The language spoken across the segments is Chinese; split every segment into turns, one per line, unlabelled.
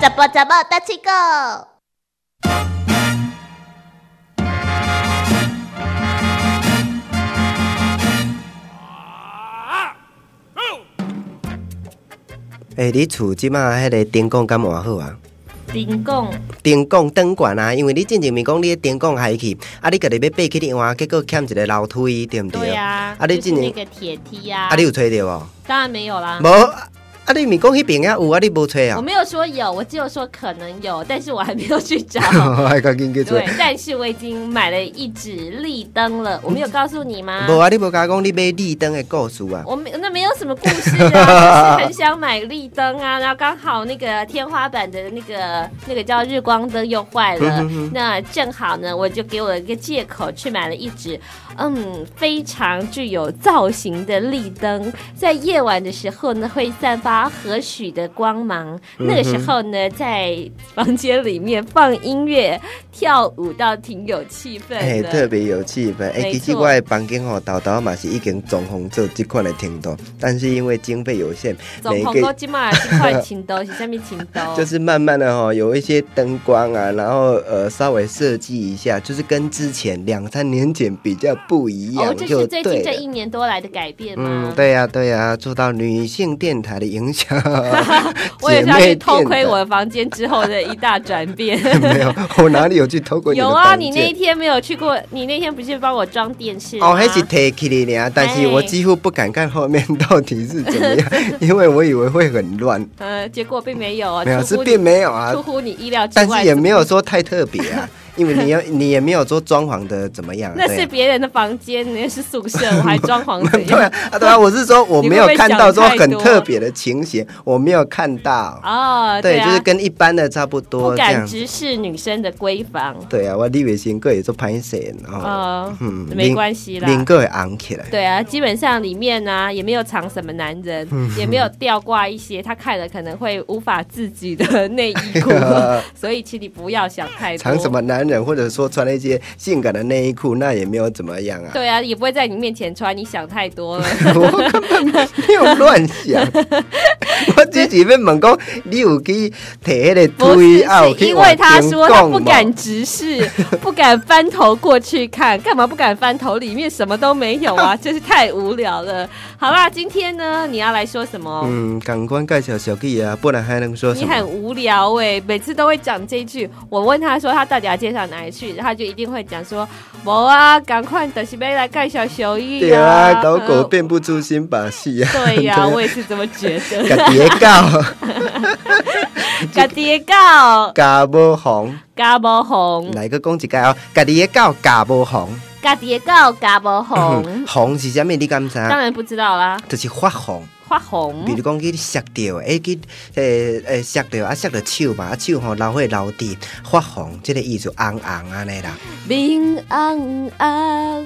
怎么怎么大七狗？
诶、你厝即马迄个电工敢换好啊？
顶讲
电工灯管啊，因为你进前面讲你的电工害去，啊，你家己要爬起你换，结果欠一个楼梯，对毋对？
对啊，
啊，
就
你
是
进
那
前，
个铁梯啊，
啊，你有吹着无？
当然没有啦。
无，啊，你面讲迄边啊有啊，你无吹
我
啊？
没有说有，我只有说可能有，但是我还没有去找。
还赶紧去
对，但是我已经买了一纸立灯了，我没有告诉你吗？
无啊，你无甲我讲你买立灯的故事 啊？
我没那没有什么故事啊，就是很想买立灯啊，然后刚好那个天花板的那个那个叫日光灯又坏了，
嗯哼哼
那正好呢，我就给我一个借口去买了一只，嗯，非常具有造型的立灯，在夜晚的时候呢，会散发和煦的光芒，
嗯
那个时候呢，在房间里面放音乐跳舞到挺有气氛的，
哎、特别有气氛。哎、
没
其实
错
我的房间吼，豆豆嘛是已经装潢做这款的程度，但是因为经费有限，。
总红哥今嘛这块琴兜是下面琴兜
就是慢慢的哈，有一些灯光啊，然后呃稍微设计一下，就是跟之前两三年前比较不一样，
哦，这是
就
最
对
近这
了
一年多来的改变吗？
嗯，对呀、对呀、受到女性电台的影 响，
我也是要
姐妹
去偷窥
电台
我。房间之后的一大转变。
没有，我哪里有去偷窥你 的
有啊，
房
你
间
那一天没有去过，你那天不是帮我装电视吗？
哦，还是提起你俩，
哎
但是我几乎不敢看后面到底是怎么样， 因为我以为会很乱，
呃，结果并没有啊，
没有
出
是
乎
并
你
没有啊
出，乎你意料之
但
外，
是也没有说太特别 啊，因为你要你也没有说装潢的怎么样啊，
那
对啊
是别人的房间，那是宿舍，我还装 潢 怎
对
样？
啊，啊对啊，我是说我没有看到说很
你会不会想太多
特别的情形，我没有看到，
哦，
对，
啊，
就是跟一般的差不
不
多这
敢
样。
直视女生的闺房。
对啊，我李伟新哥也做拍摄，然后
哦，
嗯
没关系啦，
林哥也昂起来，
对啊，基本上里面呢、也没有藏什么男人，
嗯
也没有吊挂一些他看了可能会无法自己的内衣 裤，所以请你不要想太多。
藏什么？男人，或者说穿了一些性感的内衣裤，那也没有怎么样啊。
对啊，也不会在你面前穿，你想太多了。
我根本没有乱 想，我只是要问讲，你有去摕迄个
不是，
推啊？有
是
去
因为他
往前
说他
讲
不
吗
敢直视， 不敢翻头过去看，干嘛不敢翻头？里面什么都没有啊，真是太无聊了。好啦，今天呢，你要来说什么？
嗯，感官介绍小弟啊，不然还能说什
你
么
很？无聊哎、每次都会讲这一句。我问他说他到底要介绍哪里去，他就一定会讲说：“某啊，赶快的是被来介绍小玉、
对啊，
啊，
老狗
呃
变不出新把戏啊！
对呀、我也是这么觉得。
甲跌告，
家爹告
甲无红，
家无红，
来个讲一解哦，甲跌告，甲无红，
家爹告家无红
嗯，红是啥物？你敢 知？
当然嗯不知道啦，
就是发红，
花
比
红
如讲去摔着，诶去诶诶摔着啊，摔着手嘛，啊手吼流血流滴，发红，即、个意思红红安尼啦，
明昂昂，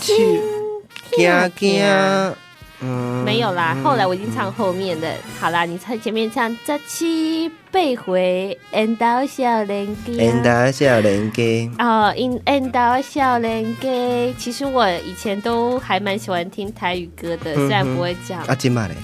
手
痛
惊
痛
惊，嗯，
没有啦，后来我已经唱后面的。好啦，你唱前面唱十七八回，缘到少年家。
缘投少年家，
哦，因因到少年家，其实我以前都还蛮喜欢听台语歌的，虽然不会讲，
啊，即嘛咧，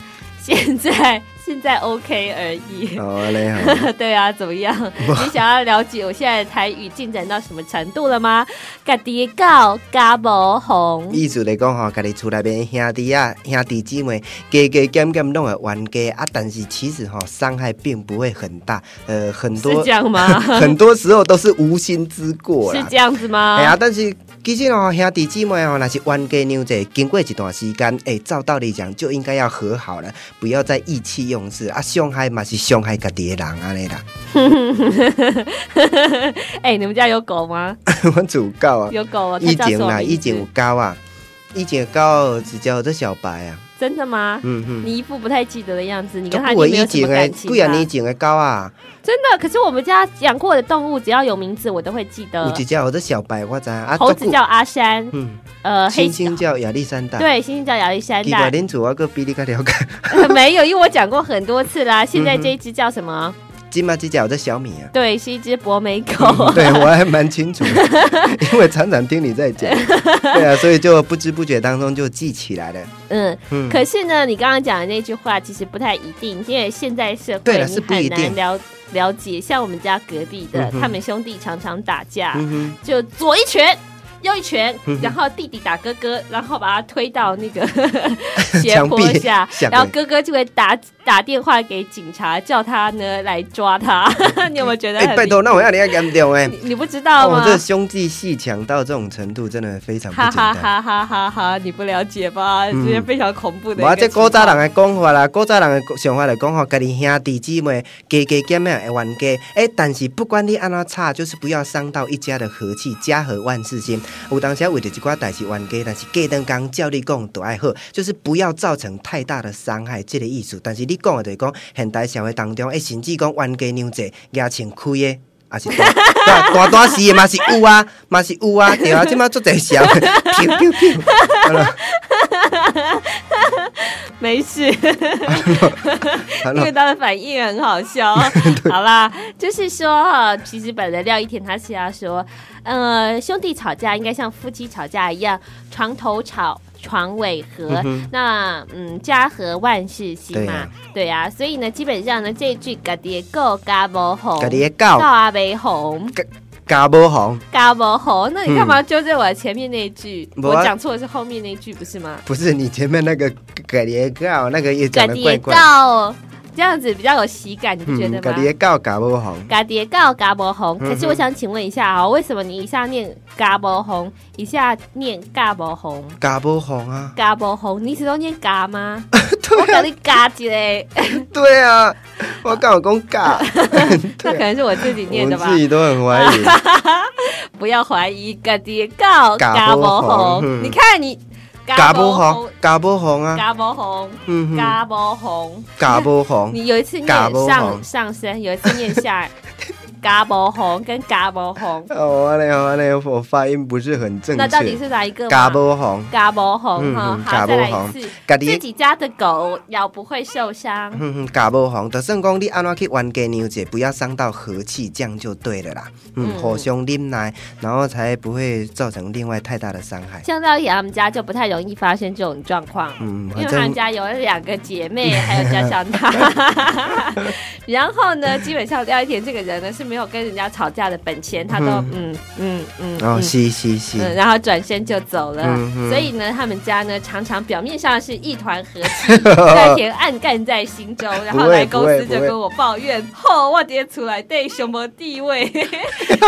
现在现在 OK 而已。
哦安尼吼。
对啊，怎么 样？你想要了解我现在的台语进展到什么程度了吗？家己告家无红，
意思来讲吼，家己厝内面兄弟啊、兄弟姊妹，加加减减拢会冤家啊，但是其实吼伤害并不会很大，呃，很
是
多
这样 吗？
很多时候都是无心之过
是
啦
这。样子吗？
哎呀，但是其实哦，兄弟姊妹哦，若是冤家扭者，经过一段时间，哎、照道理讲就应该要和好了，不要再意气用事啊，伤害嘛是伤害家己的人安尼啦。
哎、你们家有狗吗？
我主教啊，
有狗啊？它
以
叫
前
什么
啦，
名
以前
字
有狗啊，以前有狗只叫做小白啊，
真的吗？
嗯哼。
你一副不太记得的样子，你
就
跟他
不为
已经没有
以
什
前
么
的
感，情
贵啊
吧
年前的狗啊，
真的，可是我们家养过的动物，只要有名字，我都会记
有
得。
一只或者小白，我知道啊。
呃猴子
足久
叫阿山，
嗯，
呃，黑
猩猩叫亚历山大。，
对，猩猩叫亚历山
奇
大
怪，，恁厝我个比你较了解。 嗯
没有，因为我讲过很多次啦。现在这一只叫什么？
今嘛只只有这小 米啊。
对，是一只博美狗。
对我还蛮清楚的， 因为常常听你 在讲，对啊，所以就不知不觉当中就记起来了。
嗯，
嗯
可是呢，你刚刚讲的那句话其实不太一定，因为现在社
对
会
了
你
是不
很
一
难
定
了了解。像我们家隔壁的，
嗯哼
他们兄弟常常打架，
嗯
就左一拳。右一拳
嗯，哼
然后弟弟打哥哥，然后把他推到那个 斜
墙
坡
壁
下，
吓
然后
鬼
哥哥就会打打电话给警察，叫他呢来抓他。你有没有觉
哼，
得
哎、
很
拜
离？
托，那我要你要严重哎、
你你不知道
哦
吗，？
这兄弟戏强到这种程度，真的非常不
哈
简
哈
单。
哈哈哈哈！你不了解吧？这
嗯
些非常恐怖的一
无啊，
个
这
情
古
况。
早人的讲法啦，古早人的想法来讲吼，家己兄弟姊妹加加减减会冤家，诶、但是不管你安怎吵，就是不要伤到一家的和气，家和万事兴。有当时为着一寡代志冤家，但是过灯刚照你讲都爱好，就是不要造成太大的伤害，这个意思。但是你讲的就是讲，现代社会当中，诶、甚至讲冤家娘济，牙穿开的。啊是大 大大大事的嘛是有啊，嘛是有啊，对啊，即马做侪社会， 飘飘飘，好了
没事，
好
因
了
为，他的反应很好 笑。好啦，就是说哈，其实本来廖一田他是要说，呃，兄弟吵架应该像夫妻吵架一样，床头吵。床尾和，那嗯，家和万事兴嘛，对啊，所以呢，基本上呢，这一句“家的狗嘎不红，
家己的狗
告阿没红，
家无红。
嘎不红”，那你干嘛纠正我前面那一句？
没啊
我讲错的是后面那一句，不是吗？
不是你前面那个格列告那个也
嘎
讲的
爹
怪怪，
告，这样子比较有喜感，你不觉得
嗯，
吗
格？列告搞不红，
嘎爹告嘎波红，
嗯哼
可是我想请问一下啊、为什么你一下念嘎波红，一下念嘎波红？
搞不红啊，
嘎波红，你一直都念嘎 吗？我给你嘎起来，
对啊，我刚好 讲尬，
那可
对啊，
能是我自己
我
念的
们
吧
自？己都很 怀疑，
不要怀疑，嘎爹告嘎
嘎
波
波红
红，
嗯
你看你
搞不红，，搞不红啊，
嘎波红，
嗯哼，
嘎波红，
搞不红，
你有一次念
嘎波
上
红
上身，有一次念下 嘎波红跟嘎波红，
哦，那样那样，我发音不嗯是很正
那到底
确，
是哪一个嘛？
搞不红，
嘎波红
嗯
哈，
嗯
好，
嘎
再
波
来一
红
次。
格
自
列。
己家的狗咬不会受伤。
嗯哼，搞不红，就算讲你安怎去冤家牛姐，不要伤到和气，这样就对了啦。嗯，
嗯
互相忍耐，然后才不会造成另外太大的伤害。
像廖雅他们家就不太容易发生这种状况，
嗯，
因为
反
他们
正
家有两个姐妹，还有加上 他。然后呢，基本上廖一田这个人呢是没有跟人家吵架的本钱，他都嗯嗯嗯
哦，
嗯
是是是，
嗯，然后转身就走了。
嗯嗯
所以呢，他们家呢常常表面上是一团和气，廖一田暗干在心中，然后
不会
来公司
不会
就跟我抱怨：“吼、我爹出来对什么地位？”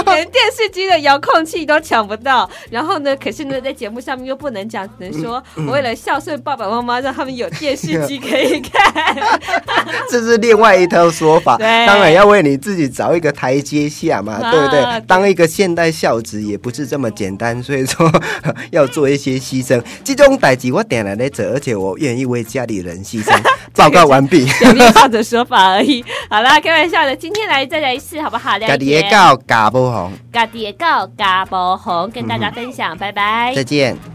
连电视机的遥控器都抢不到。然后呢，可是呢，在节目上面又不能讲，只能说、我为了孝顺爸爸妈妈，让他们有电视机可以看。
这是另外一套说法。
对
当然要为你自己找一个台阶下嘛，
啊
对不
对
对？当一个现代孝子也不是这么简单，所以说要做一些牺牲。这种代志我点了在做，而且我愿意为家里人牺 牲。报告完毕。
表面上的说法而已。好啦，开玩笑的，今天来再来一次好不好？
家里
爹
的告嘎不红，
家己的狗家无红，跟大家分享，拜拜
再。见。